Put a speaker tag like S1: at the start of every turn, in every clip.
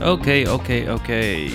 S1: OK OK OK，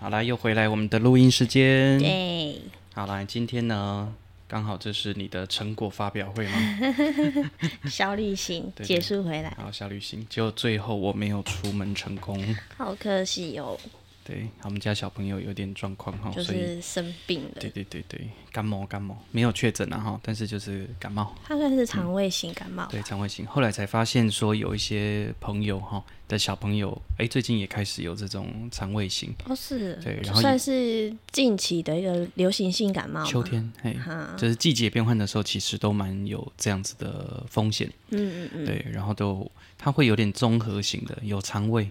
S1: 好啦，又回来我们的录音时间。
S2: 对，
S1: 好啦，今天呢，刚好这是你的成果发表会 嘛，
S2: 小旅行
S1: 对对
S2: 结束回来，
S1: 然后小旅行，结果最后我没有出门成功。
S2: 好可惜哦，
S1: 对，我们家小朋友有点状况哈，
S2: 就
S1: 所哦以
S2: 是生病了
S1: 对。对对对，感冒感冒没有确诊啊哈，但是就是感冒，
S2: 他算是肠胃型感冒吧，
S1: 对肠胃型。后来才发现说有一些朋友哈的小朋友，哎，最近也开始有这种肠胃型，
S2: 哦是，
S1: 嗯对
S2: 就
S1: 然后也
S2: 算是近期的一个流行性感冒嘛。
S1: 秋天哎，
S2: 哈，
S1: 就是季节变换的时候，其实都蛮有这样子的风险，
S2: 嗯嗯嗯，
S1: 对，然后都它会有点综合型的，有肠胃，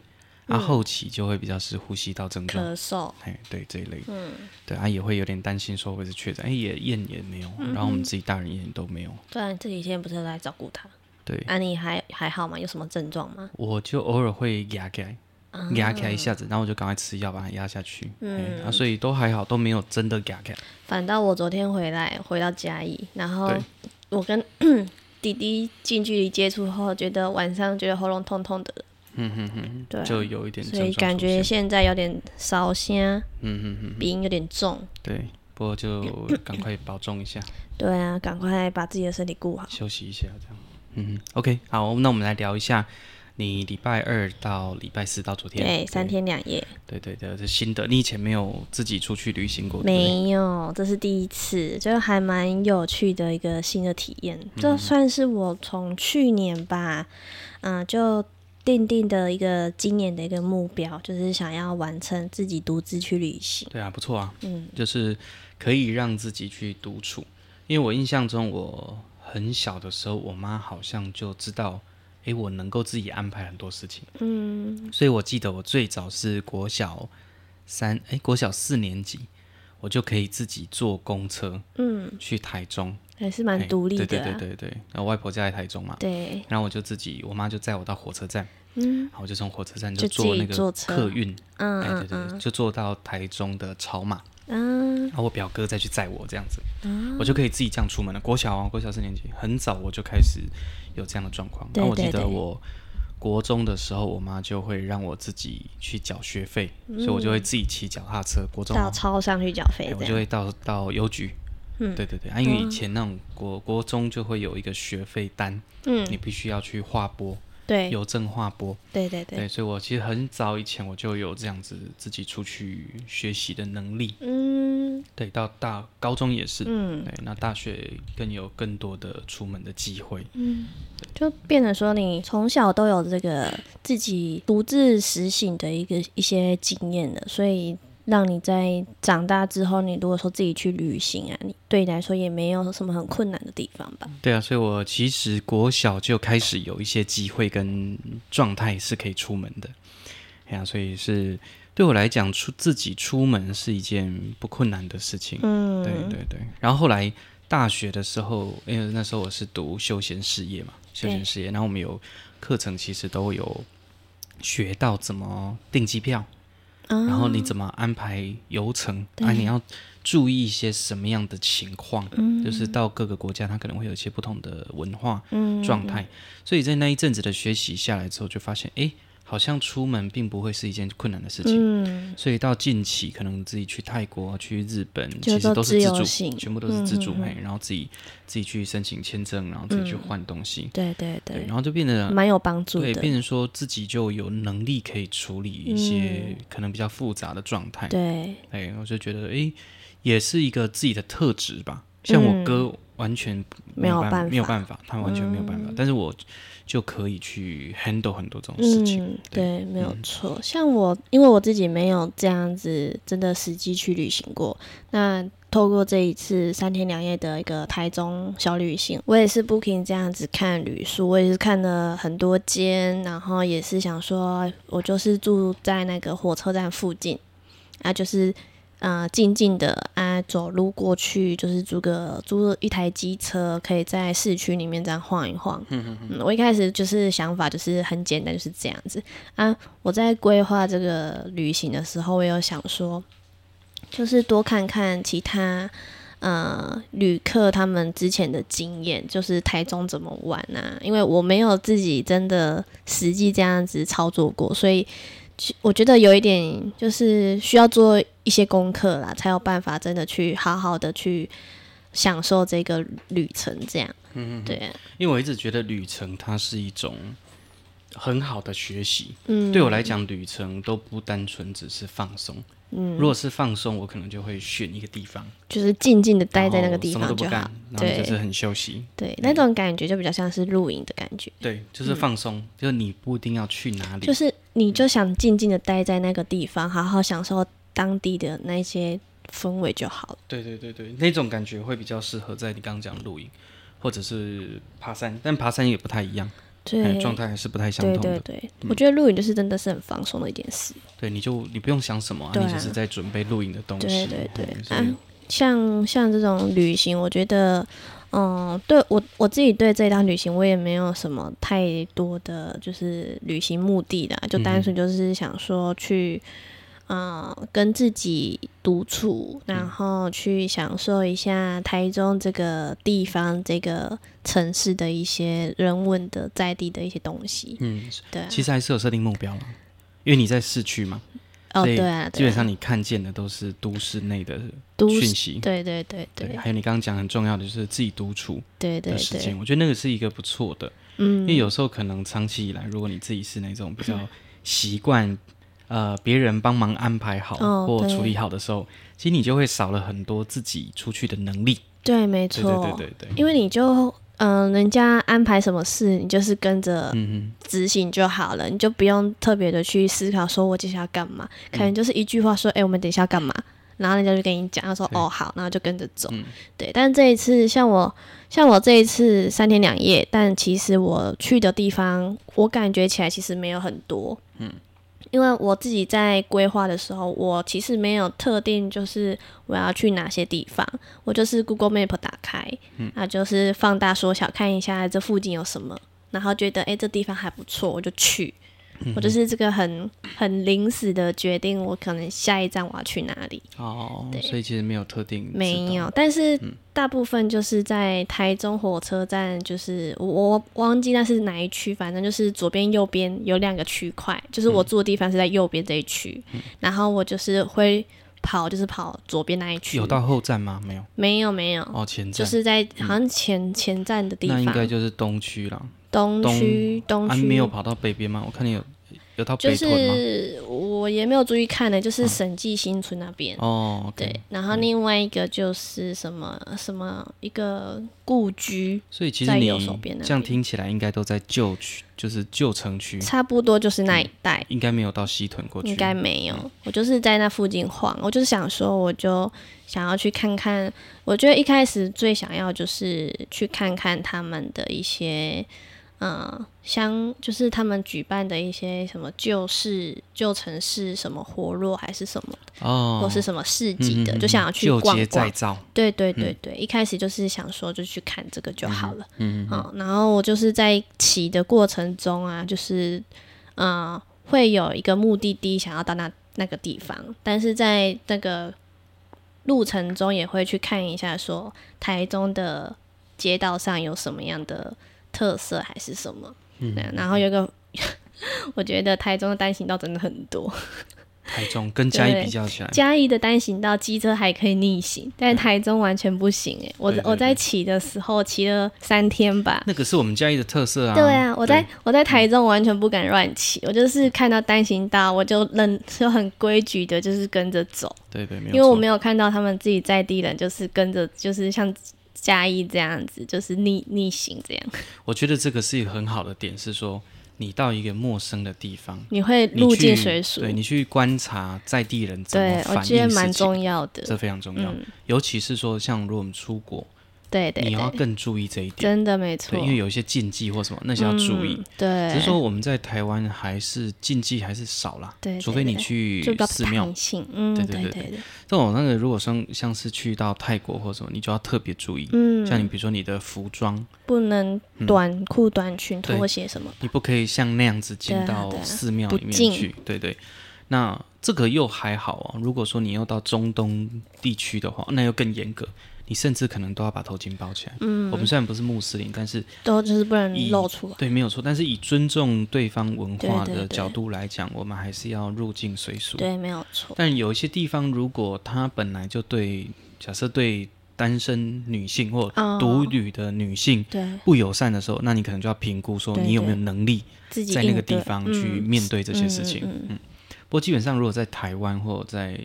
S2: 嗯
S1: 啊，后期就会比较是呼吸道症状，
S2: 咳嗽，
S1: 哎，对这一类，嗯，对啊，也会有点担心说会不会是确诊，哎，也验也没有，
S2: 嗯
S1: 然后我们自己大人验都没有，
S2: 对啊，你这几天不是来照顾他？
S1: 对，
S2: 啊，你还还好吗？有什么症状吗？
S1: 我就偶尔会压开，
S2: 啊
S1: 压开一下子，然后我就赶快吃药把它压下去，嗯，啊，所以都还好，都没有真的压开，
S2: 反倒我昨天回来，回到嘉义，然后
S1: 对
S2: 我跟 弟弟近距离接触后，觉得晚上觉得喉咙痛痛的，
S1: 嗯哼哼，
S2: 对啊
S1: 就有一点症
S2: 所以
S1: 状
S2: 感
S1: 出
S2: 觉
S1: 现，
S2: 现在有点烧香，
S1: 嗯哼哼，
S2: 鼻音有点重。
S1: 对，不过就赶快保重一下。
S2: 对啊，赶快把自己的身体顾好。
S1: 休息一下，这样。嗯哼，OK，好，那我们来聊一下你礼拜二到礼拜四到昨天，
S2: 对，三，天两夜
S1: 对对对，这新的，你以前没有自己出去旅行过，哦对不对
S2: 没有，这是第一次，就还蛮有趣的一个新的体验。
S1: 嗯
S2: 这算是我从去年吧，嗯、就定定的一个今年的一个目标，就是想要完成自己独自去旅行。
S1: 对啊，不错啊，
S2: 嗯，
S1: 就是可以让自己去独处，因为我印象中我很小的时候，我妈好像就知道。诶，我能够自己安排很多事情，
S2: 嗯，
S1: 所以我记得我最早是国小三，诶，国小四年级，我就可以自己坐公车
S2: 嗯，
S1: 去台中，
S2: 还是
S1: 嘿
S2: 蛮独立的、啊
S1: 哎对对啊对对对，然后外婆家在台中嘛，
S2: 对
S1: 然后我就自己，我妈就载我到火车站，
S2: 嗯
S1: 然后我就从火车站
S2: 就自
S1: 坐
S2: 己
S1: 那
S2: 坐
S1: 个
S2: 车
S1: 客运，
S2: 嗯
S1: 哎对
S2: 嗯
S1: 对对，就坐到台中的草马，
S2: 嗯，
S1: 然后我表哥再去载我这样子，
S2: 啊
S1: 我就可以自己这样出门了。国小啊，国小四年级很早我就开始有这样的状况，
S2: 对
S1: 然后我记
S2: 对
S1: 得
S2: 对
S1: 我。国中的时候，我妈就会让我自己去缴学费，所以我就会自己骑脚踏车。国中哦
S2: 到超商去缴费
S1: 哎我
S2: 嗯这
S1: 就
S2: 样。
S1: 会到到邮局。
S2: 嗯
S1: 对对对，啊，因为以前那种国国中就会有一个学费单，
S2: 嗯，
S1: 你必须要去划拨，
S2: 对，
S1: 邮政划拨。
S2: 对对对，
S1: 对，所以我其实很早以前我就有这样子自己出去学习的能力。
S2: 嗯
S1: 对，到大高中也是。
S2: 嗯
S1: 对，那大学更有更多的出门的机会。
S2: 嗯，就变得说你从小都有这个自己独自实行的一个一些经验了，所以。让你在长大之后，你如果说自己去旅行啊，你对你来说也没有什么很困难的地方吧？
S1: 对啊，所以我其实国小就开始有一些机会跟状态是可以出门的，哎呀、所以是对我来讲，出自己出门是一件不困难的事情。
S2: 嗯，
S1: 对对对。然后后来大学的时候，因为那时候我是读休闲事业嘛，休闲事业，然后我们有课程，其实都有学到怎么订机票，
S2: 啊，
S1: 然后你怎么安排游程，
S2: 对
S1: 啊，你要注意一些什么样的情况，
S2: 嗯
S1: 就是到各个国家，它可能会有一些不同的文化
S2: 嗯
S1: 状态，所以在那一阵子的学习下来之后，就发现，诶，好像出门并不会是一件困难的事情。
S2: 嗯，
S1: 所以到近期，可能自己去泰国、啊去日本，
S2: 就
S1: 其实
S2: 都
S1: 都是自
S2: 自由
S1: 助，
S2: 行
S1: 全部都是自哎助，
S2: 嗯嗯嗯
S1: 嘿、然后自己自己去申请签证，然后自己去换东西，
S2: 对对
S1: 对，
S2: 对，
S1: 然后就变得
S2: 蛮有帮助
S1: 对，
S2: 的。
S1: 变成说自己就有能力可以处理一些可能比较复杂的状态，
S2: 嗯对，
S1: 哎，我就觉得诶，也是一个自己的特质吧。像我哥，完全
S2: 嗯没有办法，嗯
S1: 没有办法，他完全没有办法。但是我就可以去 handle 很多这种事情。
S2: 嗯、对，没有错。像我，因为我自己没有这样子真的实际去旅行过，那透过这一次三天两夜的一个台中小旅行，我也是 Booking 这样子看旅宿，我也是看了很多间，然后也是想说，我就是住在那个火车站附近，啊，就是。呃，静静的啊，走路过去就是租个租一台机车，可以在市区里面这样晃一晃。嗯嗯我一开始就是想法就是很简单，就是这样子啊。我在规划这个旅行的时候，我有想说，就是多看看其他呃旅客他们之前的经验，就是台中怎么玩啊？因为我没有自己真的实际这样子操作过，所以。我觉得有一点就是需要做一些功课啦，才有办法真的去好好的去享受这个旅程，这样。嗯，对、啊。
S1: 因为我一直觉得旅程它是一种很好的学习，
S2: 嗯，
S1: 对我来讲，旅程都不单纯只是放松。
S2: 嗯，
S1: 如果是放松，我可能就会选一个地方，
S2: 就是静静的待在那个地
S1: 哦然后什
S2: 方
S1: 么都不
S2: 就好
S1: 干，。然后
S2: 对
S1: 就是很休息。
S2: 对，那种感觉就比较像是露营的感觉，
S1: 对，就是放松，就是你不一定要去哪里，
S2: 嗯就是
S1: 嗯
S2: 你就想静静的待在那个地方，好好享受当地的那些氛围就好了。
S1: 对对对对，那种感觉会比较适合在你刚刚讲露营，或者是爬山，但爬山也不太一样，哎
S2: 对，
S1: 状态还是不太相
S2: 对
S1: 同的。嗯
S2: 对对，我觉得露营就是真的是很放松的一件事。
S1: 对你就你不用想什么、啊，
S2: 对啊
S1: 你只是在准备露营的东
S2: 对
S1: 西。
S2: 对对
S1: 哎，所以
S2: 啊，像像这种旅行，我觉得，嗯，对我我自己对这一趟旅行，我也没有什么太多的就是旅行目的啦，就
S1: 嗯
S2: 单纯就是想说去，嗯、跟自己独处，然
S1: 嗯
S2: 后去享受一下台中这个地方、这个城市的一些人文的在地的一些东西。
S1: 嗯，
S2: 对啊，
S1: 其实还是有设定目标了，因为你在市区嘛，
S2: 哦，
S1: 所以
S2: 对啊，
S1: 基
S2: 对
S1: 本
S2: 啊，
S1: 上你看见的都是都市内的
S2: 都
S1: 讯
S2: 市
S1: 息。
S2: 对对对对
S1: 还有你刚刚讲很重要的就是自己独处
S2: 对对
S1: 的时
S2: 对，
S1: 间，我觉得那个是一个不错的，因
S2: 嗯嗯
S1: 为，有时候可能长期以来，如果你自己是那种比较习惯，呃，别人帮忙安排好
S2: 哦
S1: 或
S2: 对
S1: 处理好的时候，其实你就会少了很多自己出去的能力。
S2: 对，没
S1: 对
S2: 错，
S1: 对对对对，
S2: 因为你就嗯、呃人家安排什么事，你就是跟着
S1: 嗯
S2: 执行就好了，你就不用特别的去思考说我接下来要干嘛，
S1: 嗯
S2: 可能就是一句话说，哎、我们等一下要干嘛，然后人家就跟你讲，他说
S1: 对
S2: 哦好，然后就跟着走。
S1: 嗯
S2: 对，但这一次像我像我这一次三天两夜，但其实我去的地方，我感觉起来其实没有很多，嗯。因为我自己在规划的时候，我其实没有特定就是我要去哪些地方，我就是 Google Map 打开，啊，就是放大缩小看一下这附近有什么，然后觉得诶这地方还不错，我就去。
S1: 嗯
S2: 我就是这个很很临时的决定，我可能下一站我要去哪里
S1: 哼，哦，所以其实没有特定，
S2: 没有，，但是
S1: 嗯
S2: 大部分就是在台中火车站，就是我我我忘记那是哪一区，反正就是左边右边有两个区块，就是
S1: 嗯
S2: 我住的地方是在右边这一区，然后我就是会跑就是跑左边那一区，
S1: 有到后站吗？没有，
S2: 没有没有，
S1: 哦，前
S2: 就
S1: 站，
S2: 是在好像前前站的地
S1: 那
S2: 方，
S1: 应该就是东区啦。
S2: 东
S1: 东
S2: 区，东
S1: 啊，
S2: 区、
S1: 没有跑到北边吗？我看你有有到
S2: 就
S1: 北屯吗？
S2: 是我也没有注意看呢、就是审计新村那边。
S1: 哦，OK，
S2: 对，然后另外一个就是什么、什么一个故居，
S1: 所以其实
S2: 在
S1: 你
S2: 右手边那
S1: 这样
S2: 边
S1: 听起来应该都在旧区，就是旧城区，
S2: 差不多就是
S1: 嗯
S2: 那一带，
S1: 应该没有到西屯过去。
S2: 应该没
S1: 嗯
S2: 有。我就是在那附近晃，我就是想说，我就想要去看看。我觉得一开始最想要就是去看看他们的一些，嗯，像就是他们举办的一些什么旧市、旧城市什么活络还是什么。
S1: 哦，
S2: 或是什么市集的，
S1: 嗯嗯嗯
S2: 就想要去
S1: 旧
S2: 逛
S1: 街嗯再
S2: 逛。
S1: 造，
S2: 对对对对，一开始就是想说就去看这个就好了。
S1: 嗯，
S2: 嗯，然后我就是在骑的过程中啊，就是嗯、呃会有一个目的地想要到那那个地方，但是在那个路程中也会去看一下，说台中的街道上有什么样的特色还是什么。嗯，然后有一个， 我觉得台中的单行道真的很多。
S1: 台中跟嘉义
S2: 对
S1: 比较起来，
S2: 嘉义的单行道机车还可以逆行，但台中完全不行哎、我
S1: 哎对对
S2: 我在
S1: 对
S2: 骑的时候骑了三天吧。
S1: 那个是我们嘉义的特色啊。
S2: 对啊，我在我在台中完全不敢乱骑，我就是看到单行道我就认就很规矩的，就是跟着走，
S1: 对对，没有
S2: 因为我
S1: 错
S2: 没有看到他们自己在地人就是跟着，就是像嘉义这样子，就是逆逆行这样，
S1: 我觉得这个是一个很好的点，是说你到一个陌生的地方，
S2: 你会
S1: 你
S2: 入
S1: 去
S2: 境水俗。
S1: 对你去观察在地人怎么
S2: 对，我
S1: 反
S2: 觉
S1: 应
S2: 得
S1: 事
S2: 蛮
S1: 情
S2: 重要的。
S1: 这非常重要。尤其是说，像如果我们出国，
S2: 对对
S1: 你要
S2: 对，
S1: 更注意这一点，
S2: 真的没错
S1: 对，。因为有一些禁忌或什么，那些要注意。
S2: 嗯。对，
S1: 只是说我们在台湾还是禁忌还是少啦，
S2: 对对
S1: 除非你
S2: 对
S1: 去
S2: 就比较
S1: 寺庙
S2: 弹。性。嗯，
S1: 对
S2: 对
S1: 对
S2: 对
S1: 对
S2: 对，
S1: 这种那个如果像像是去到泰国或什么，你就要特别注意。像
S2: 嗯，
S1: 你比如说你的服装，
S2: 不能短裤、短裙、
S1: 对
S2: 拖鞋什么。
S1: 你不可以像那样子进
S2: 对啊
S1: 到
S2: 对啊
S1: 寺庙
S2: 不
S1: 里面
S2: 敬
S1: 去，对对。那这个又还好啊，如果说你又到中东地区的话，那又更严格，你甚至可能都要把头巾包起来。嗯，我们虽然不是穆斯林，但是
S2: 都就是不能
S1: 以
S2: 露出来。
S1: 对没有错，但是以尊重对方文化
S2: 对对
S1: 的
S2: 对
S1: 角度来讲，我们还是要入境随俗。
S2: 对，没有错。
S1: 但有一些地方，如果他本来就对，假设对单身女性或
S2: 哦
S1: 独旅的女性
S2: 对
S1: 不友善的时候，那你可能就要评估说
S2: 对
S1: 你有没有
S2: 对
S1: 能力
S2: 自己
S1: 在那
S2: 应
S1: 个地
S2: 对
S1: 方
S2: 嗯
S1: 去面对这些事情。
S2: 嗯嗯
S1: 不过基本上，如果在台湾或在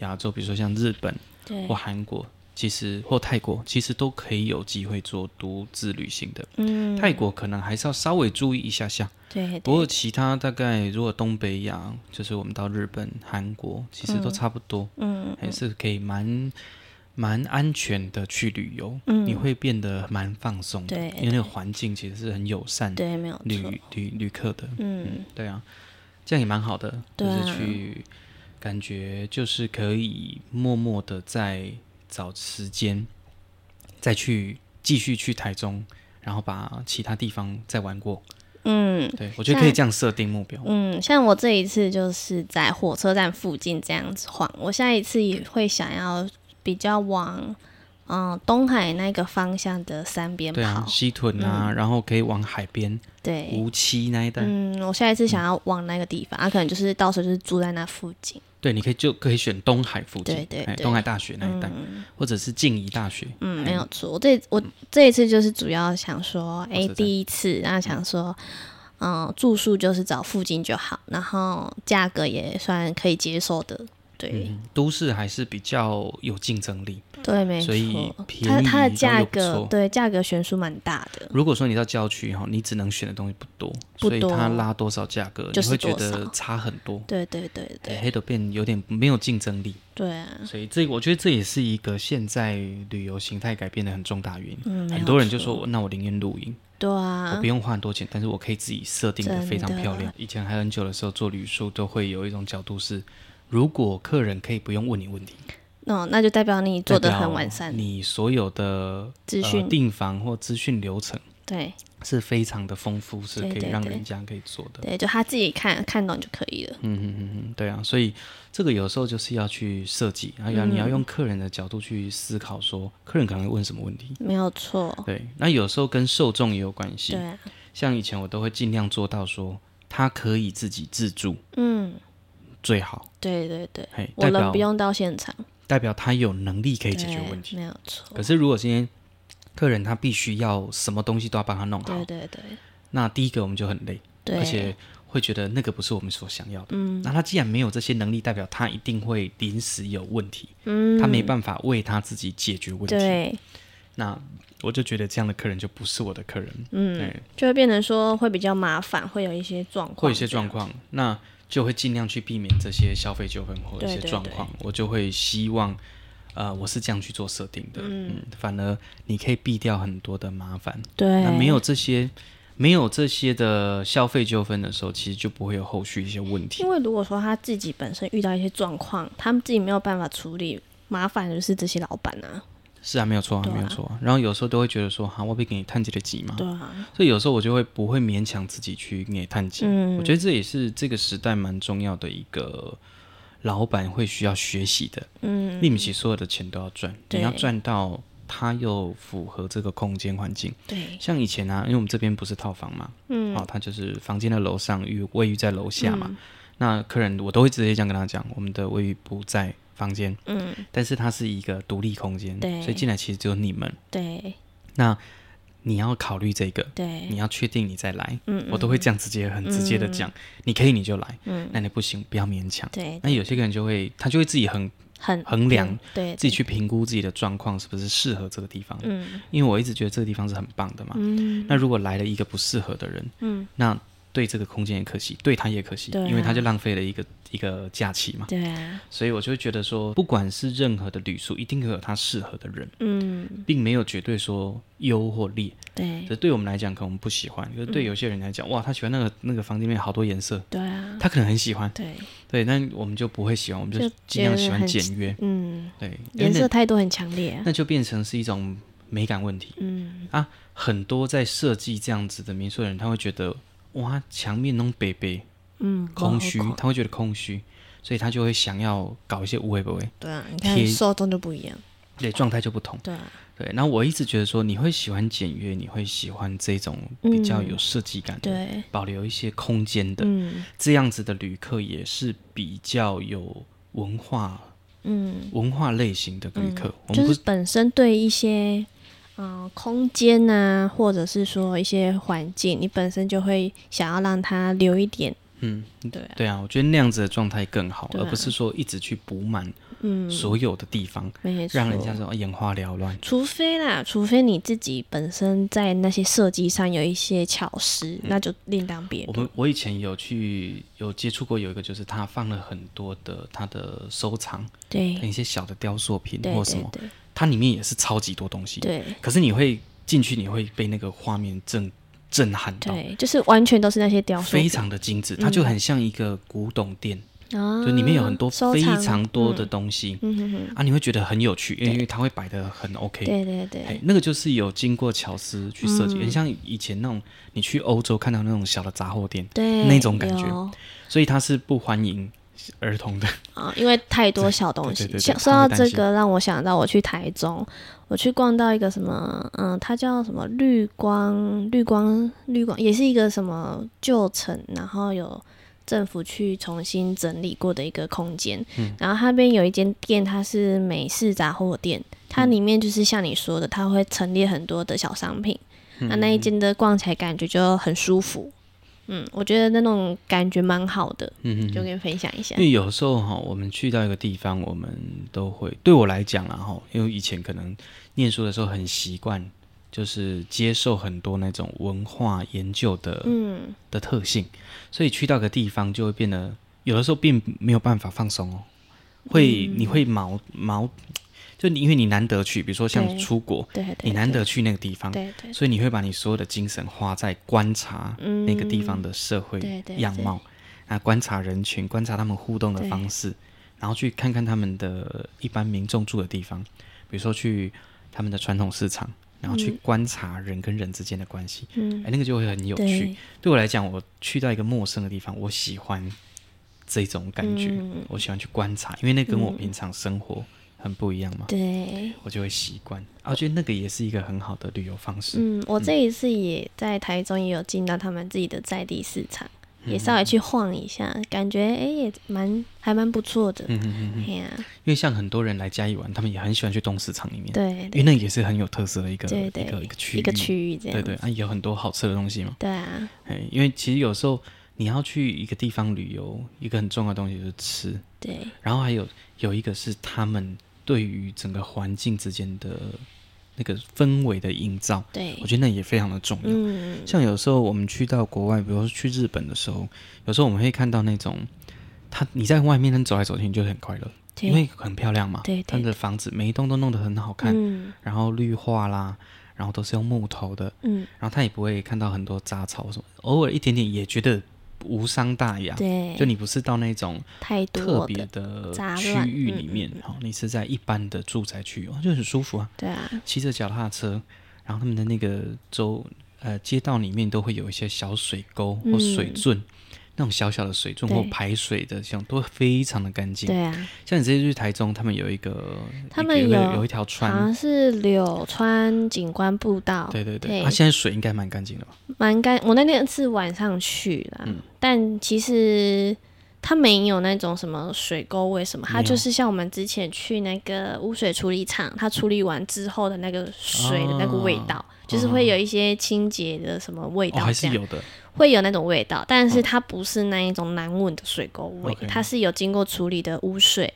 S1: 亚洲，比如说像日本
S2: 对
S1: 或，韩国，其实或泰国，其实都可以有机会做独自旅行的。
S2: 嗯，
S1: 泰国可能还是要稍微注意一下下，
S2: 对，
S1: 不
S2: 对
S1: 过其他大概如果东北亚，就是我们到日本、韩国，其实都差不多，
S2: 嗯
S1: 还是可以蛮蛮安全的去旅游。
S2: 嗯
S1: 你会变得蛮放松的，
S2: 对
S1: 因为那个环境其实是很友善
S2: 对，没有错。
S1: 旅旅旅客的。
S2: 嗯，
S1: 对啊，这样也蛮好的，就
S2: 对啊
S1: 是去感觉就是可以默默的在找时间再去继续去台中，然后把其他地方再玩过。
S2: 嗯
S1: 对我觉得可以这样设定目标。
S2: 嗯，像我这一次就是在火车站附近这样子晃，我下一次也会想要比较往嗯、呃东海那个方向的山边
S1: 对啊哦
S2: 跑，。
S1: 西屯啊，然后可以往海边、
S2: 嗯对，
S1: 无期那一带。
S2: 嗯，我下一次想要往那个地方，啊，可能就是到时候就是住在那附近。
S1: 对，你可以就可以选东海附近，
S2: 对对
S1: 哎
S2: 对
S1: 东海大学那一带，
S2: 嗯
S1: 或者是静宜大学。
S2: 嗯，没有错。我这我这一次就是主要想说，
S1: 火
S2: 哎、
S1: 车站
S2: 第一次，然后想说，嗯、住宿就是找附近就好，然后价格也算可以接受的。对、
S1: 嗯，都市还是比较有竞争力。
S2: 对，没
S1: 所以
S2: 错。它
S1: 便宜
S2: 它的
S1: 然后
S2: 价
S1: 又不
S2: 格
S1: 错
S2: 对价格悬殊蛮大的，
S1: 如果说你到郊区哈，你只能选的东西不多，
S2: 不
S1: 所以
S2: 多
S1: 它拉多少价格，
S2: 就
S1: 你
S2: 是
S1: 会觉
S2: 多
S1: 得
S2: 少
S1: 差很多。
S2: 对对对
S1: 对，
S2: 对
S1: 黑豆变有点没有竞争力，
S2: 对啊，
S1: 所以这我觉得这也是一个现在旅游形态改变的很重大原因。
S2: 嗯，没
S1: 很
S2: 有
S1: 多人就
S2: 错
S1: 说，那我宁愿露营，
S2: 对
S1: 我
S2: 啊
S1: 不，用花很多钱，但是我可以自己设定的非常
S2: 真的
S1: 漂亮。以前还很久的时候做旅宿，都会有一种角度是，如果客人可以不用问你问题，
S2: 那、那就代表你做的
S1: 代表
S2: 很完善，
S1: 你所有的
S2: 资讯
S1: 呃、订房或资讯流程。
S2: 对
S1: 是非常的丰富，是可
S2: 对
S1: 以
S2: 对
S1: 让
S2: 对
S1: 人家可以做的。
S2: 对，就他自己看看懂就可以了，
S1: 嗯嗯嗯嗯，对啊，所以这个有时候就是要去设计，然后
S2: 嗯
S1: 要你要用客人的角度去思考说，客人可能会问什么问题。
S2: 没有错，
S1: 对，那有时候跟受众也有关系
S2: 嗯对。啊，
S1: 像以前我都会尽量做到说，他可以自己自助
S2: 嗯，
S1: 最好，
S2: 对对对，
S1: 嘿，
S2: 我
S1: 代
S2: 人
S1: 表
S2: 不用到现场，
S1: 代表他有能力可以
S2: 对，
S1: 解决问题。
S2: 没有错，
S1: 可是如果今天客人他必须要什么东西都要帮他弄
S2: 对
S1: 好，
S2: 对对
S1: 那第一个我们就很累。
S2: 对，嗯
S1: 而且会觉得那个不是我们所想要的。那他既然没有这些能力，代表他一定会临时有问题，
S2: 嗯，
S1: 他没办法为他自己解决问题。
S2: 对，
S1: 那我就觉得这样的客人就不是我的客人，
S2: 嗯，
S1: 对，
S2: 就会变成说会比较麻烦，会有一些状况，
S1: 会有一些状，况，那就会尽量去避免这些消费纠纷或一些
S2: 对对
S1: 状况。我就会希望。呃，我是这样去做设定的，嗯，反而你可以避掉很多的麻烦。
S2: 对，
S1: 那没有这些，没有这些的消费纠纷的时候，其实就不会有后续一些问题
S2: 因。为如果说他自己本身遇到一些状况，他们自己没有办法处理，麻烦的就是这些老板啊，
S1: 是啊，没有错啊，
S2: 对啊
S1: 没有错啊。然后有时候都会觉得说，哈，我被给你探几的急嘛，
S2: 对啊，
S1: 所以有时候我就会不会勉强自己去给你探急。
S2: 嗯
S1: 我觉得这也是这个时代蛮重要的一个老板会需要学习的。
S2: 嗯，
S1: 利米奇所有的钱都要赚，
S2: 对
S1: 你要赚到它又符合这个空间环境。
S2: 对，
S1: 像以前啊，因为我们这边不是套房嘛，
S2: 嗯
S1: 哦，它就是房间的楼上浴卫浴在楼下嘛。那客人我都会直接这样跟他讲，我们的卫浴不在房间，
S2: 嗯，
S1: 但是它是一个独立空间，
S2: 对
S1: 所以进来其实只有你们。
S2: 对
S1: 那你要考虑这个，
S2: 对
S1: 你要确定你再来，
S2: 嗯
S1: 我都会这样直接很直接的讲，你可以你就来，那你不行不要勉强。
S2: 对
S1: 那有些人就会他就会自己很
S2: 很
S1: 衡量
S2: 嗯对
S1: 自己啊去评估自己的状况是不是适合这个地方。
S2: 嗯
S1: 因为我一直觉得这个地方是很棒的嘛。
S2: 嗯
S1: 那如果来了一个不适合的人，
S2: 嗯，
S1: 那对这个空间也可惜，对他也可惜，
S2: 对啊
S1: 因为他就浪费了一个一个假期嘛。
S2: 对啊，
S1: 所以我就会觉得说，不管是任何的旅宿，一定会有他适合的人，
S2: 嗯
S1: 并没有绝对说优或劣。
S2: 对
S1: 这对我们来讲，可能我们不喜欢；可是
S2: 嗯
S1: 对有些人来讲，哇，他喜欢那个那个房间里面好多颜色，
S2: 对啊
S1: 他可能很喜欢。
S2: 对，
S1: 对，但我们就不会喜欢，我们就
S2: 就
S1: 尽量喜
S2: 觉
S1: 欢
S2: 得很
S1: 简约。
S2: 嗯
S1: 对，因为
S2: 颜
S1: 那
S2: 色态度很强烈啊，
S1: 那就变成是一种美感问题。
S2: 嗯
S1: 啊很多在设计这样子的民宿的人，他会觉得哇，墙面弄北北
S2: 嗯
S1: 空虚
S2: 不好，搞
S1: 他会觉得空虚，所以他就会想要搞一些无为不为，
S2: 对啊，你
S1: 贴
S2: 看受众就不一样，
S1: 对，状态就不同。
S2: 对啊
S1: 对，那我一直觉得说，你会喜欢简约，你会喜欢这种比较有设计感的，
S2: 嗯对，
S1: 保留一些空间的、
S2: 嗯
S1: 这样子的旅客，也是比较有文化
S2: 嗯，
S1: 文化类型的旅客。我们
S2: 就
S1: 不
S2: 是
S1: 是
S2: 本身对一些。嗯、空间呐、或者是说一些环境，你本身就会想要让它留一点，
S1: 嗯，
S2: 对啊，
S1: 对啊，我觉得那样子的状态更好，
S2: 对
S1: 而
S2: 啊
S1: 不是说一直去补满
S2: 嗯，
S1: 所有的地方，
S2: 没错，
S1: 让人家说哦眼花缭乱。
S2: 除非啦，除非你自己本身在那些设计上有一些巧思，那就另当别
S1: 嗯我
S2: 论。
S1: 们我以前有去有接触过有一个，就是他放了很多的他的收藏，
S2: 对
S1: 一些小的雕塑品
S2: 对
S1: 哎或什
S2: 对
S1: 么，它里面也是超级多东西。
S2: 对对
S1: 可是你会进去，你会被那个画面震震撼到，
S2: 对，就是完全都是那些雕塑
S1: 非常的精
S2: 嗯
S1: 致，它就很像一个古董店，
S2: 啊，
S1: 就里面有很多
S2: 收
S1: 非
S2: 藏
S1: 常多的东西、
S2: 嗯哼哼，
S1: 啊，你会觉得很有趣，因为因为它会摆的很 OK。
S2: 对嗯对
S1: 哎
S2: 对，，
S1: 那个就是有经过巧思去设计，很像以前那种你去欧洲看到那种小的杂货店，
S2: 对
S1: 那种感觉
S2: 有
S1: 所以它是不欢迎儿童 的。
S2: 啊，因为太多小东
S1: 对对
S2: 西。
S1: 对对
S2: 像
S1: 他
S2: 说
S1: 会
S2: 到
S1: 担
S2: 这
S1: 心
S2: 个，让我想到我去台中，我去逛到一个什么，嗯，它叫什么绿光绿光绿光，也是一个什么旧城，然后有政府去重新整理过的一个空间。
S1: 嗯
S2: 然后它那边有一间店，它是美式杂货店，它
S1: 嗯
S2: 里面就是像你说的，它会陈列很多的小商品。
S1: 嗯
S2: 那、那一间的逛起来感觉就很舒服，嗯，我觉得那种感觉蛮好的，
S1: 嗯
S2: 就跟你分享一下
S1: 因。为有时候哈，我们去到一个地方，我们都会对我来讲啦哈，因为以前可能念书的时候很习惯，就是接受很多那种文化研究的、
S2: 嗯，
S1: 的特性，所以去到个地方就会变得有的时候并没有办法放松哦，会、
S2: 嗯
S1: 你会毛毛，就你因为你难得去，比如说像
S2: 对
S1: 出国，
S2: 对对，
S1: 你难得去那个地方，
S2: 对对
S1: 所以你会把你所有的精神花在观察那个地方的社会
S2: 嗯对对
S1: 样貌，啊，观察人群，观察他们互动的方式，然后去看看他们的一般民众住的地方，比如说去他们的传统市场，然后去观察人跟人之间的关系，
S2: 嗯
S1: 哎、那个就会很有趣。对
S2: 对
S1: 我来讲，我去到一个陌生的地方，我喜欢这种感觉，
S2: 嗯
S1: 我喜欢去观察，因为那跟我平常生活很不一样嘛。
S2: 对，
S1: 我就会习惯，啊，我觉得那个也是一个很好的旅游方式。
S2: 嗯，我这一次也在台中也有进到他们自己的在地市场，
S1: 嗯
S2: 也稍微去晃一下，感觉哎、也蛮还蛮不错的，
S1: 嗯嗯嗯嗯，
S2: 哎呀、
S1: 因为像很多人来嘉义玩，他们也很喜欢去东市场里面，
S2: 对
S1: 因为
S2: 对
S1: 那也是很有特色的一个
S2: 对对
S1: 一个一个区域，
S2: 一个区域这
S1: 对
S2: 样，
S1: 对啊，有很多好吃的东西嘛。
S2: 对啊，
S1: 哎，因为其实有时候你要去一个地方旅游，一个很重要的东西就是吃，
S2: 对啊
S1: 然后还有有一个是他们对于整个环境之间的那个氛围的营造，我
S2: 对，
S1: 觉得那也非常的重要。
S2: 嗯，
S1: 像有时候我们去到国外，比如说去日本的时候，有时候我们会看到那种，他你在外面走来走去，你就很快乐，因
S2: 对
S1: 为很漂亮嘛。
S2: 对
S1: 他
S2: 对
S1: 们的房子每一栋都弄得很好看，
S2: 嗯
S1: 然后绿化啦，然后都是用木头的，
S2: 嗯，
S1: 然后他也不会看到很多杂草什么，偶尔一点点也觉得无伤大雅。
S2: 对，
S1: 就你不是到那种
S2: 太
S1: 特
S2: 多
S1: 别
S2: 的，
S1: 的
S2: 杂
S1: 区
S2: 乱
S1: 域
S2: 嗯
S1: 里面，好、你是在一般的住宅区，哦，就很舒服啊。
S2: 对啊，
S1: 骑着脚踏车，然后他们的那个州呃街道里面都会有一些小水沟或水
S2: 嗯
S1: 圳，那种小小的水圳
S2: 对
S1: 或排水的，像都非常的干净。
S2: 对啊，
S1: 像你直接去台中，他们有一个，
S2: 他
S1: 一个
S2: 们
S1: 有一个
S2: 有
S1: 有一条
S2: 好
S1: 川，
S2: 像是柳川景观步道，
S1: 对对对，
S2: 对
S1: 啊，现在水应该蛮干净的吧？
S2: 蛮干。我那天是晚上去啦，
S1: 嗯
S2: 但其实它没有那种什么水沟味什么，
S1: 没
S2: 它
S1: 有
S2: 就是像我们之前去那个污水处理厂，它处理完之后的那个水的那个味道，就是会有一些清洁的什么味
S1: 啊哦，
S2: 道，
S1: 还
S2: 这
S1: 是
S2: 样、
S1: 有的，
S2: 会有那种味道，但是它不是那一种难闻的水沟味，
S1: OK 嗯
S2: 它是有经过处理的污水，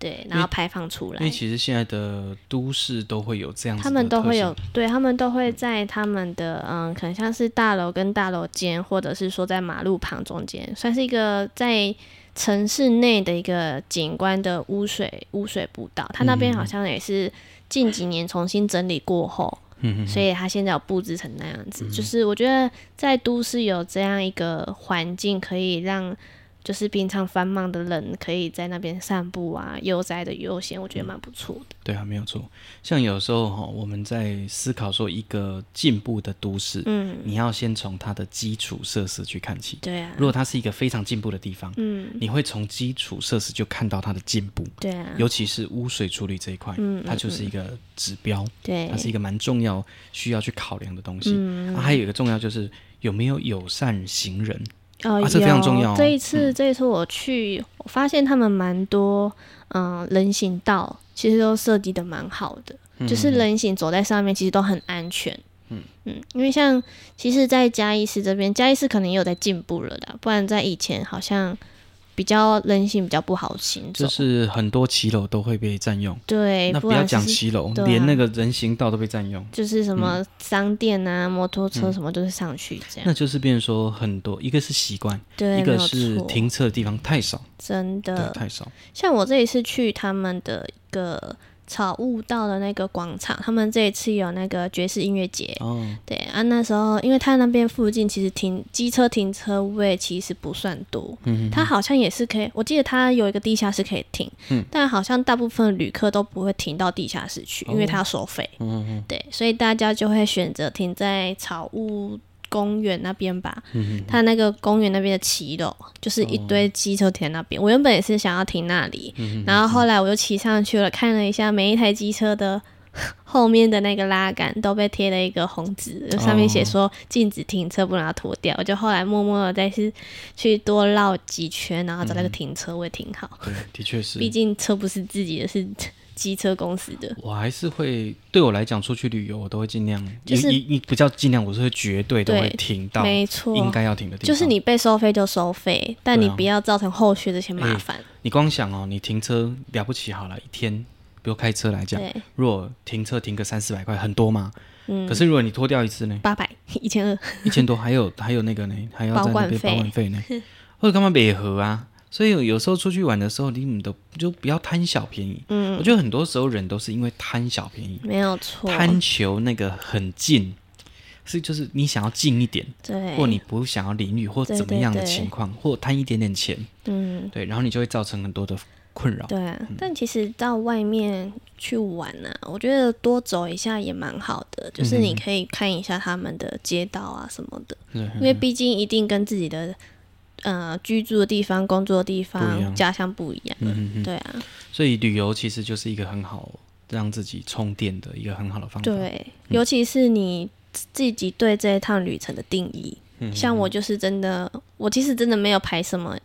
S2: 对，然后排放出
S1: 因为
S2: 来。
S1: 其实现在的都市都会有这样子
S2: 他
S1: 的特性，
S2: 们都会有，对他们都会在他们的嗯，可能像是大楼跟大楼间，或者是说在马路旁中间，算是一个在城市内的一个景观的污水污水步道。它那
S1: 嗯
S2: 边好像也是近几年重新整理过后，
S1: 嗯，嗯嗯
S2: 所以它现在有布置成那样子。就是我觉得在都市有这样一个环境，可以让就是平常繁忙的人可以在那边散步啊，悠哉的悠闲，我
S1: 嗯
S2: 觉得蛮不错的。
S1: 对啊，没有错。像有时候哈、我们在思考说一个进步的都市，
S2: 嗯，
S1: 你要先从它的基础设施去看起。
S2: 对啊
S1: 如，果它是一个非常进步的地方，
S2: 嗯，
S1: 你会从基础设施就看到它的进步，
S2: 对啊，
S1: 尤其是污水处理这一块，
S2: 嗯嗯
S1: 它就是一个指标，
S2: 对
S1: 它，是一个蛮重要需要去考量的东西。
S2: 嗯，
S1: 啊，还有一个重要就是有没有友善行人，
S2: 哦，
S1: 啊这非常重
S2: 有
S1: 要哦
S2: 这一次，这一次我去，我发现他们蛮多，嗯、人行道其实都设计的蛮好的，
S1: 嗯
S2: 就是人行走在上面其实都很安全。嗯因为像其实，在嘉义市这边，嘉义市可能也有在进步了啦，不然在以前好像比较人行比较不好行走。
S1: 就是很多骑楼都会被占用。
S2: 对，
S1: 那
S2: 哎不
S1: 不要
S2: 然
S1: 讲
S2: 就是
S1: 骑楼，
S2: 对啊
S1: 连那个人行道都被占用。
S2: 就是什么商店啊、摩托车什么都是上去这样。
S1: 嗯那就是变成说很多，一个是习惯，
S2: 对，
S1: 一
S2: 没
S1: 个
S2: 有
S1: 是
S2: 错，嗯
S1: 停车的地方太少，
S2: 真
S1: 对，
S2: 的。
S1: 太少。
S2: 像我这一次去他们的一个草悟道的那个广场，他们这一次有那个爵士音乐节。
S1: 哦，
S2: 对啊，那时候因为他那边附近其实停机车停车位其实不算多，
S1: 嗯，
S2: 他好像也是可以，我记得他有一个地下室可以停，
S1: 嗯
S2: 但好像大部分旅客都不会停到地下室去，因为他要收费，
S1: 嗯嗯嗯
S2: 对，所以大家就会选择停在草屋公园那边吧。
S1: 嗯哦
S2: 他那个公园那边的骑楼，就是一堆机车停在那边。我原本也是想要停那里，
S1: 嗯
S2: 然后后来我就骑上去了，看了一下每一台机车的 后面的那个拉杆都被贴了一个红纸，就上面
S1: 哦
S2: 写说禁止停车，不能要脱掉。我就后来默默的再去去多绕几圈，然后找那个停车位停好。
S1: 嗯对，的确嗯是。
S2: 毕竟车不是自己的，是 机车公司的。
S1: 我还是会对我来讲，出去旅游我都会尽量，
S2: 就
S1: 你
S2: 是
S1: 你你不叫尽量，我是会绝对都
S2: 对
S1: 会停到
S2: 没错，
S1: 应该要停的地方。
S2: 就是你被收费就收费，但
S1: 对
S2: 你
S1: 啊
S2: 不要造成后续的一些麻烦。
S1: 你光想哦，你停车了不起好了，一天，比如开车来讲，
S2: 对，
S1: 如果停车停个三四百块，很多嘛。
S2: 嗯
S1: 可，是如果你脱掉一次呢，
S2: 八百 一千二，
S1: 一千多，还有还有那个呢，还要
S2: 保
S1: 在那边
S2: 管费
S1: 保管费 呢，或者干嘛北河啊？所以有有时候出去玩的时候，你们都就不要贪小便宜。
S2: 嗯
S1: 我觉得很多时候人都是因为贪小便宜，
S2: 没有错。
S1: 贪求那个很近，是就是你想要近一点，
S2: 对，
S1: 或你不想要淋雨，或
S2: 对
S1: 怎么样的
S2: 对对
S1: 情况，或贪一点点钱，
S2: 嗯，
S1: 对，然后你就会造成很多的困扰。
S2: 对啊、但其实到外面去玩呢、我觉得多走一下也蛮好的，就是
S1: 嗯
S2: 你可以看一下他们的街道啊什么的，
S1: 对嗯
S2: 因为毕竟一定跟自己的呃居住的地方、工作的地
S1: 不一样
S2: 方、家乡不一样。
S1: 嗯嗯嗯，
S2: 对啊，
S1: 所以旅游其实就是一个很好让自己充电的一个很好的方法。
S2: 对，
S1: 嗯
S2: 尤其是你自己对这一趟旅程的定义。
S1: 嗯，
S2: 像我就是真的，我其实真的没有排什么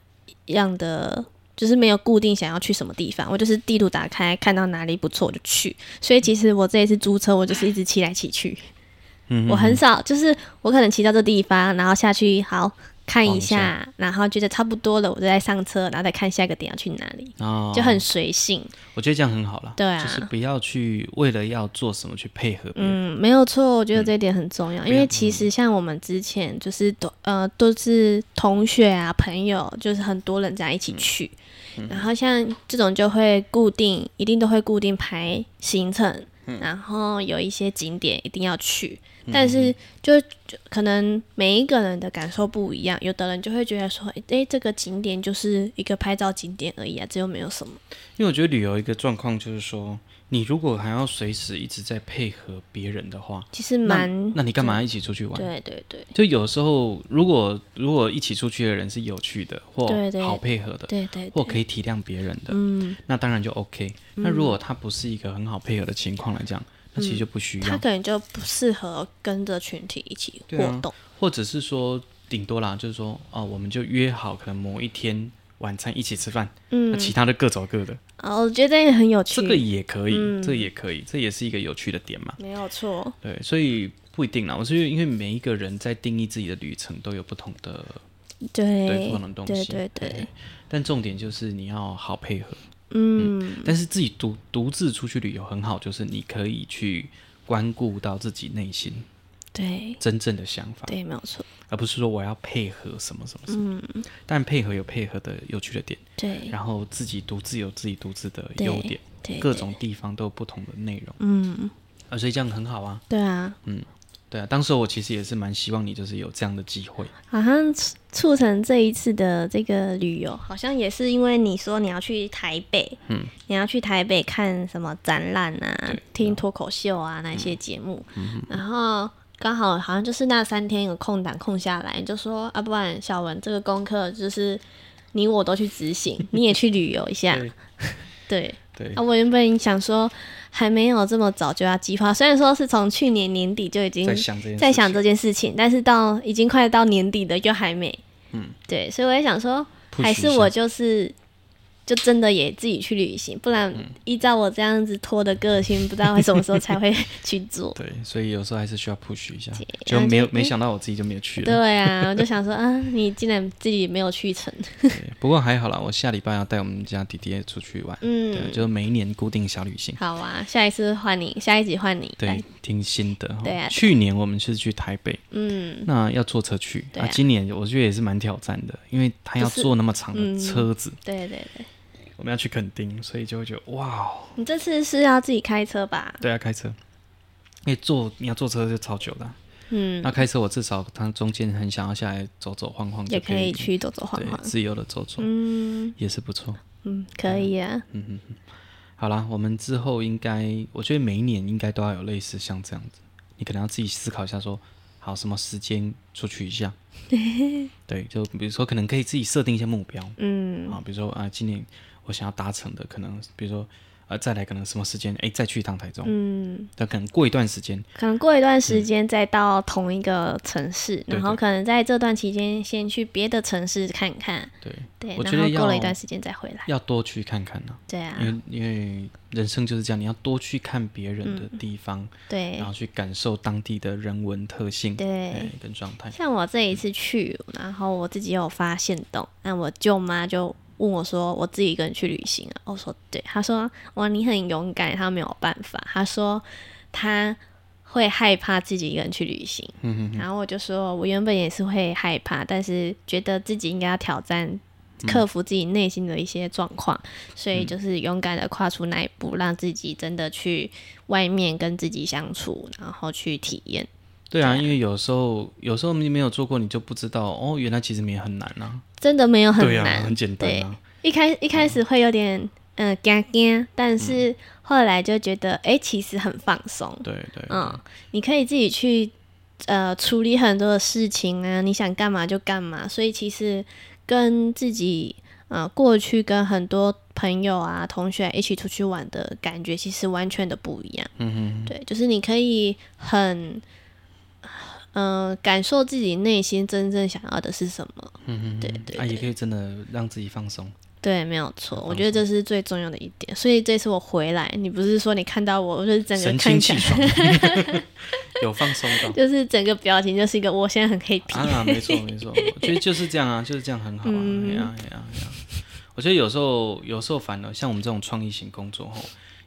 S2: 样的，就是没有固定想要去什么地方，我就是地图打开看到哪里不错我就去。所以其实我这一次租车，我就是一直骑来骑去，
S1: 嗯，嗯
S2: 我很少就是我可能骑到这地方，然后下去好看一下，
S1: 晃
S2: 然后觉得差不多了，我就再上车，然后再看下一个点要去哪里，
S1: 哦
S2: 就很随性。
S1: 我觉得这样很好啦，
S2: 对啊
S1: 就是不要去为了要做什么去配合别人，
S2: 嗯，没有错，我觉得这一点很重要，因为其实像我们之前就是都呃都是同学啊朋友，就是很多人在一起去，然后像这种就会固定，一定都会固定排行程，然后有一些景点一定要去，但是就就可能每一个人的感受不一样，有的人就会觉得说，诶，这个景点就是一个拍照景点而已啊，这又没有什么，
S1: 因为我觉得旅游一个状况就是说，你如果还要随时一直在配合别人的话，
S2: 其实
S1: 那
S2: 蛮
S1: 那你干嘛一起出去玩？
S2: 对对对
S1: 就有时候，如果如果一起出去的人是有趣的，或
S2: 对对
S1: 好配合的，
S2: 对对
S1: 或
S2: 对，
S1: 可以体谅别人的，
S2: 嗯。
S1: 那当然就 OK。那如果他不是一个很好配合的情况来讲，那其实就不需
S2: 他
S1: 要，
S2: 可能就不适合跟着群体一起活
S1: 对啊
S2: 动。
S1: 或者是说顶多啦，就是说哦，我们就约好，可能某一天晚餐一起吃饭，那
S2: 嗯，
S1: 其他的各走各的。
S2: 啊，我觉得这也很有趣，
S1: 这个也可以，
S2: 嗯
S1: 这也可以，这也是一个有趣的点嘛。
S2: 没有错。
S1: 对，所以不一定啦。我是因为每一个人在定义自己的旅程都有不同的对
S2: 对
S1: 不同的东
S2: 对
S1: 西，
S2: 对
S1: 嘿
S2: 对，
S1: 但重点就是你要好配合，
S2: 嗯，
S1: 但是自己独独自出去旅游很好，就是你可以去关顾到自己内心
S2: 对
S1: 真正的想法，
S2: 对，没有错，
S1: 而不是说我要配合什么什么什么。但配合有配合的有趣的点，
S2: 嗯对
S1: 然后自己独自有自己独自的
S2: 对
S1: 优点，
S2: 对，
S1: 各
S2: 对
S1: 种地方都有不同的内容
S2: 嗯，
S1: 啊，所以这样很好啊。
S2: 对啊，
S1: 对啊，当时我其实也是蛮希望你就是有这样的机会，
S2: 好像促促成这一次的这个旅游，好像也是因为你说你要去台北，
S1: 嗯，
S2: 你要去台北看什么展览啊
S1: 对，嗯
S2: 听脱口秀啊那一些节目，然后刚好好像就是那三天有空档空下来，你就说啊，不然小文这个功课就是你我都去执 行，你也去旅游一下
S1: 对，
S2: 对。
S1: 对，
S2: 啊，我原本想说还没有这么早就要计划，虽然说是从去年年底就已经
S1: 在想这件事情，
S2: 在想这件事情，但是到已经快到年底了，又还没。
S1: 嗯，
S2: 对，所以我也想说，
S1: push
S2: 还是我
S1: 一下
S2: 就是就真的也自己去旅行，不然
S1: 嗯
S2: 依照我这样子拖的个性，不知道会什么时候才会 去 做。
S1: 对，所以有时候还是需要 push 一下，
S2: 而
S1: 就
S2: 且
S1: 没有
S2: 因为
S1: 没想到我自己就没有去了。
S2: 对啊，我就想说啊，你竟然自己没有去成，
S1: 对不过还好啦，我下礼拜要带我们家弟弟出去玩，对，啊
S2: 嗯，
S1: 就是每一年固定小旅行。
S2: 好啊，下一次换你，下一集换你，来
S1: 对，挺新的哈。
S2: 对啊
S1: 去年我们是去台北，
S2: 嗯，
S1: 那要坐车去。
S2: 对啊
S1: 今年我觉得也是蛮挑战的，因为他要
S2: 就是
S1: 坐那么长
S2: 嗯
S1: 的车子，
S2: 对对对，
S1: 我们要去垦丁，所以就会觉得哇哦，
S2: 你这次是要自己开车吧？
S1: 对啊，开车，因为坐你要坐车就超久的啊、
S2: 嗯，
S1: 那开车我至少它中间很想要下来走走晃晃，
S2: 也
S1: 就
S2: 可
S1: 以
S2: 以去走走晃
S1: 对
S2: 晃。
S1: 自由的走走，
S2: 嗯
S1: 也是不错。
S2: 嗯，可以啊。
S1: 好啦，我们之后应该，我觉得每一年应该都要有类似像这样子，你可能要自己思考一下说好什么时间出去 一下。对，就比如说，可能可以自己设定一些目标
S2: 嗯，
S1: 啊，比如说啊、今年我想要达成的，可能比如说啊，再来可能什么时间，哎，再去一趟台中，
S2: 嗯，
S1: 但可能过一段时间，
S2: 可能过一段时间再到同一个城市，然后
S1: 嗯对
S2: 可能在这段期间先去别的城市看看，
S1: 对，
S2: 对，
S1: 我觉
S2: 然
S1: 得
S2: 后过了
S1: 要
S2: 一段时间再回来，
S1: 要多去看看呢、
S2: 对啊，
S1: 因为因为人生就是这样，你要多去看别人
S2: 嗯
S1: 的地方，
S2: 对
S1: 然后去感受当地的人文特性，哎
S2: 对。
S1: 跟状态。
S2: 像我这一次去，然后我自己有发现动，那我舅妈就问我说：“我自己一个人去旅行啊？”我说：“对。”她说：“哇，你很勇敢。”她没有办法，她说她会害怕自己一个人去旅行。
S1: 嗯
S2: 然后我就说，我原本也是会害怕，但是觉得自己应该要挑战。克服自己内心的一些状况，
S1: 嗯
S2: 所以就是勇敢的跨出那一步，让自己真的去外面跟自己相处，然后去体验。
S1: 对啊，因为有时候有时候你没有做过，你就不知道哦，原来其实没很难啊，
S2: 真的没有很
S1: 对
S2: 难，
S1: 啊，很简单啊，
S2: 一开一开始会有点嗯干干，但是后来就觉得哎、诶其实很放松，
S1: 对对对
S2: 嗯，你可以自己去呃处理很多的事情啊，你想干嘛就干嘛，所以其实跟自己呃过去跟很多朋友啊同学一起出去玩的感觉，其实完全的不一样。
S1: 嗯
S2: 对，就是你可以很。嗯，感受自己内心真正想要的是什么？
S1: 嗯
S2: 对对
S1: 啊，也可以真的让自己放松，
S2: 对，没有错，我觉得
S1: 嗯
S2: 这是最重要的一点。所以这次我回来，你不是说你看到我，我就是整个
S1: 神
S2: 看
S1: 清
S2: 起
S1: 气
S2: 来，
S1: 爽， 有放松 到。
S2: 就是整个表情就是一个我现在很 happy，、
S1: 啊，没错没错，我觉得就是这样啊，就是这样很好啊，
S2: 嗯
S1: 哎呀哎呀哎呀！我觉得有时候有时候反而像我们这种创意型工作吼，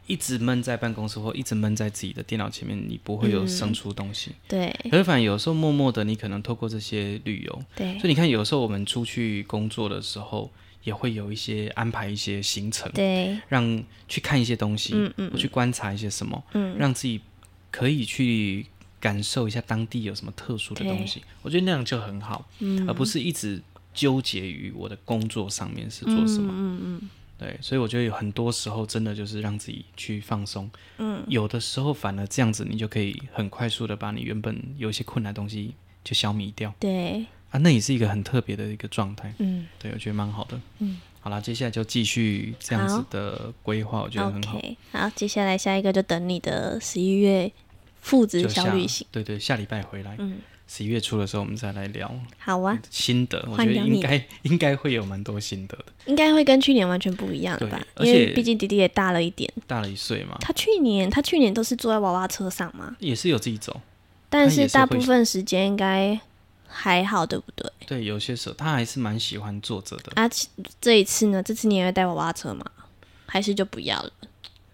S1: 一直闷在办公室或一直闷在自己的电脑前面，你不会有
S2: 嗯
S1: 生出东西。
S2: 对
S1: 可是反而有时候默默的，你可能透过这些旅游，
S2: 对
S1: 所以你看有时候我们出去工作的时候，也会有一些安排一些行程，
S2: 对，
S1: 让去看一些东西，
S2: 嗯嗯
S1: 我去观察一些什么，
S2: 嗯
S1: 让自己可以去感受一下当地有什么特殊的东西。我觉得那样就很好，
S2: 嗯
S1: 而不是一直纠结于我的工作上面是做什么。
S2: 嗯嗯
S1: 对，所以我觉得有很多时候真的就是让自己去放松。
S2: 嗯，
S1: 有的时候反而这样子，你就可以很快速的把你原本有一些困难的东西就消弭掉
S2: 对，
S1: 啊，那也是一个很特别的一个状态。
S2: 嗯
S1: 对，我觉得蛮好的。
S2: 嗯，
S1: 好啦，接下来就继续这样子
S2: 好
S1: 的规划，我觉得很好。
S2: ，OK，好，接下来下一个就等你的十一月父子
S1: 就
S2: 小
S1: 下
S2: 旅行，，
S1: 对对，下礼拜回来，
S2: 嗯，
S1: 十一月初的时候我们再来聊
S2: 好啊，
S1: 心得，我觉
S2: 换
S1: 得
S2: 掉
S1: 应
S2: 你
S1: 该应该会有蛮多心得的，
S2: 应该会跟去年完全不一样吧？
S1: 对而
S2: 因为
S1: 且
S2: 毕竟弟弟也大了一点，
S1: 大了一岁嘛，
S2: 他去年他去年都是坐在娃娃车上嘛，
S1: 也是有自己走，
S2: 但
S1: 他也
S2: 是
S1: 是
S2: 大
S1: 会
S2: 部分时间应该还好，对不对？
S1: 对，有些时候他还是蛮喜欢坐着的，
S2: 啊，其这一次呢？这次你也会带娃娃车吗？还是就不要了？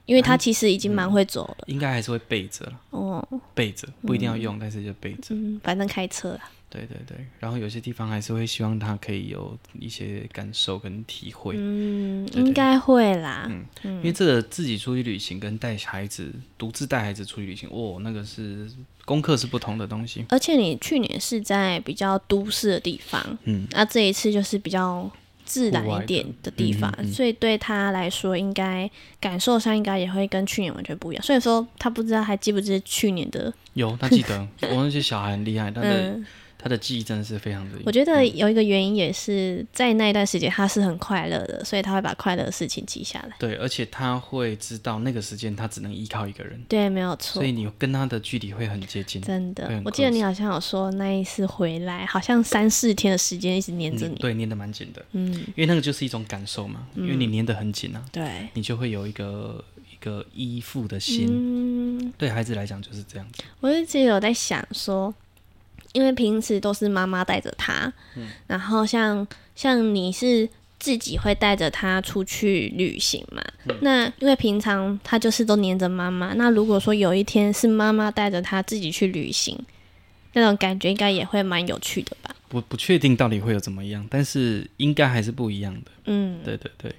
S2: 因为
S1: 嗯
S2: 他其实已经蛮会走了。
S1: 应该还是会备着啦，
S2: 哦，
S1: 备着不一定要用，但是就备着。
S2: 嗯，反正开车啦。
S1: 对对对，然后有些地方还是会希望他可以有一些感受跟体会，
S2: 嗯，
S1: 对对嗯
S2: 应该会啦。
S1: 因为这个自己出去旅行跟带孩子独自带孩子出去旅行，哦，那个是功课是不同的东西。
S2: 而且你去年是在比较都市的地方，
S1: 嗯，
S2: 那这一次就是比较自然一点的地方，
S1: 户外的嗯嗯嗯
S2: 所以对他来说，应该感受上应该也会跟去年完全不一样。所以说，他不知道还记不记得去年的，
S1: 有 他记得，我那些小孩很厉害，他的、
S2: 嗯，
S1: 他的记忆真的是非常的。
S2: 我觉得
S1: 嗯
S2: 有一个原因也是在那一段时间他是很快乐的，所以他会把快乐的事情记下来。
S1: 对，而且他会知道那个时间他只能依靠一个人，
S2: 对，没有错
S1: 所，以你跟他的距离会很接近。
S2: 真
S1: 会
S2: 的
S1: 很。
S2: 我记得
S1: close
S2: 你好像有说那一次回来，好像三四天的时间一直黏着
S1: 嗯、
S2: 你。
S1: 对，粘得蛮紧的，
S2: 嗯，
S1: 因为那个就是一种感受嘛，因为你粘得很紧啊，
S2: 对，
S1: 你就会有一个一个依附的心。
S2: 嗯，
S1: 对孩子来讲就是这样子，
S2: 我就自己有在想说，因为平时都是妈妈带着他，
S1: 嗯
S2: 然后像像你是自己会带着他出去旅行嘛？
S1: 嗯
S2: 那因为平常他就是都黏着妈妈，那如果说有一天是妈妈带着他自己去旅行，那种感觉应该也会蛮有趣的吧？
S1: 我不确定到底会有怎么样，但是应该还是不一样的。
S2: 嗯，
S1: 对对对，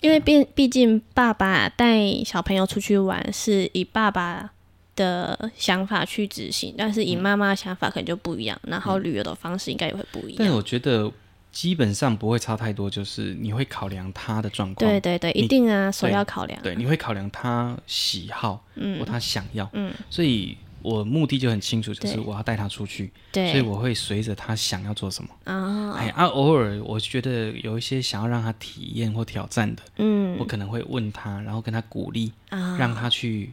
S2: 因为毕毕竟爸爸带小朋友出去玩是以爸爸的想法去执行，但是以
S1: 嗯
S2: 妈妈的想法可能就不一样，然后旅游的方式应该也会不一
S1: 但
S2: 样。
S1: 我觉得基本上不会差太多，就是你会考量他的状况，
S2: 对对对，
S1: 你
S2: 一定啊，首要考量。
S1: 对，你会考量他喜好或
S2: 嗯，
S1: 他想要，
S2: 嗯，
S1: 所以我目的就很清楚，就是
S2: 对
S1: 我要带他出去，所以
S2: 对
S1: 我会随着他想要做什么。
S2: 啊，
S1: 哎啊，偶尔我觉得有一些想要让他体验或挑战的，我
S2: 嗯
S1: 可能会问他，然后跟他鼓励，
S2: 啊，
S1: 让他去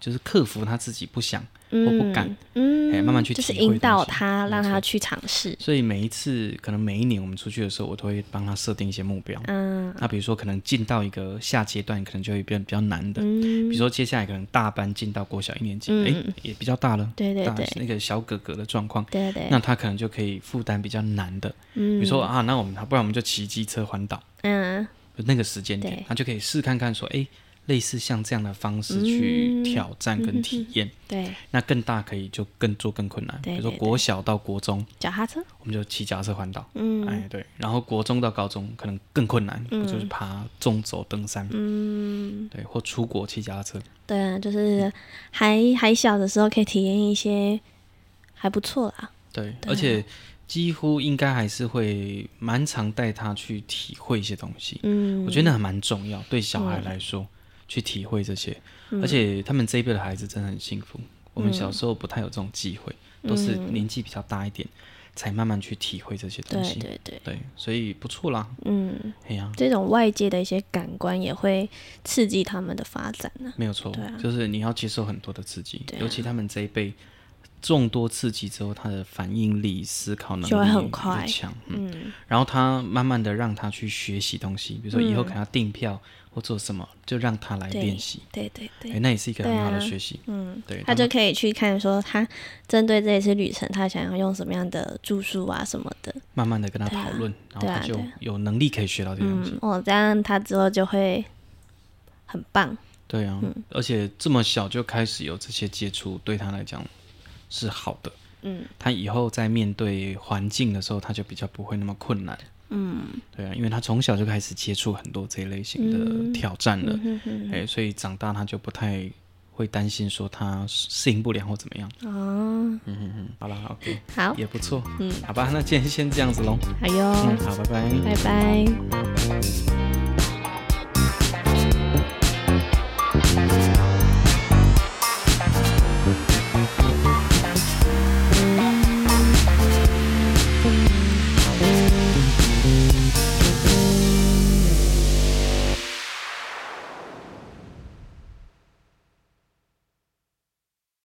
S1: 就是克服他自己不想。
S2: 嗯
S1: 不敢，
S2: 嗯，
S1: 哎慢慢去
S2: 就是
S1: 体会东
S2: 引导
S1: 西
S2: 他，
S1: 没
S2: 让他
S1: 错
S2: 去尝试。
S1: 所以每一次可能每一年我们出去的时候，我都会帮他设定一些目标。
S2: 嗯
S1: 那比如说可能进到一个下阶段，可能就会变比较难的。比
S2: 嗯
S1: 如，说接下来可能大班进到国小一年级，
S2: 嗯
S1: 哎、也比较大了，
S2: 对对
S1: 大
S2: 对
S1: 那个小哥哥的状况，
S2: 对对，
S1: 那他可能就可以负担比较难的。
S2: 嗯，
S1: 比如说啊，那我们不然我们就骑机车环岛。
S2: 嗯
S1: 那个时间点
S2: 对，
S1: 他就可以试看看说，哎，类似像这样的方式去
S2: 嗯
S1: 挑战跟体验。
S2: 对，
S1: 那更大可以就更做更困难，
S2: 对
S1: 比如说
S2: 对
S1: 国小到国中，
S2: 脚踏车，
S1: 我们就骑脚踏车环岛，
S2: 嗯
S1: 哎对，然后国中到高中可能更困难，就是爬纵走登山，
S2: 嗯。
S1: 对，或出国骑脚踏车，
S2: 对啊，就是还还小的时候可以体验一些还不错啦。
S1: 对，而且几乎应该还是会蛮常带他去体会一些东西，
S2: 嗯，
S1: 我觉得那还蛮重要，对小孩来说、去体会这些，
S2: 嗯
S1: 而且他们这一辈的孩子真的很幸福。我们小时候不太有这种机会，
S2: 嗯
S1: 都是年纪比较大一点才慢慢去体会这些东
S2: 对
S1: 西。
S2: 对对，
S1: 对所以不错啦。
S2: 嗯，
S1: 哎呀、
S2: 这种外界的一些感官也会刺激他们的发展呢、
S1: 没有错，
S2: 对啊
S1: 就是你要接受很多的刺激，
S2: 对啊
S1: 尤其他们这一辈。众多刺激之后，他的反应力、思考能力
S2: 就会很快
S1: 也强，嗯，
S2: 嗯
S1: 然后他慢慢的让他去学习东西，比如说以后给他订票或做什么，就让他来
S2: 对
S1: 练习，
S2: 对对
S1: 哎、
S2: 对，
S1: 那也是一个很好的
S2: 对啊
S1: 学习，
S2: 嗯，
S1: 对，
S2: 他
S1: 们
S2: 就可以去看说他针对这一次旅程，他想要用什么样的住宿啊什么的。
S1: 慢慢的跟他讨论，然后
S2: 对
S1: 他
S2: 啊
S1: 就
S2: 对啊
S1: 有能力可以学到这些东西。
S2: 嗯，哦，这样他之后就会很棒。
S1: 对啊，
S2: 嗯
S1: 而且这么小就开始有这些接触，对他来讲是好的。
S2: 嗯
S1: 他以后在面对环境的时候，他就比较不会那么困难。
S2: 嗯
S1: 对啊，因为他从小就开始接触很多这一类型的
S2: 嗯
S1: 挑战了，
S2: 嗯嗯
S1: 哎、所以长大他就不太会担心说他适应不良或怎么样。
S2: 嗯，
S1: 嗯嗯嗯，好啦，OK，
S2: 哦，好，
S1: 也不错。
S2: 嗯，
S1: 好吧，那今天先这样子喽。
S2: 好哟，
S1: 嗯，好，拜
S2: 拜
S1: 拜
S2: 拜。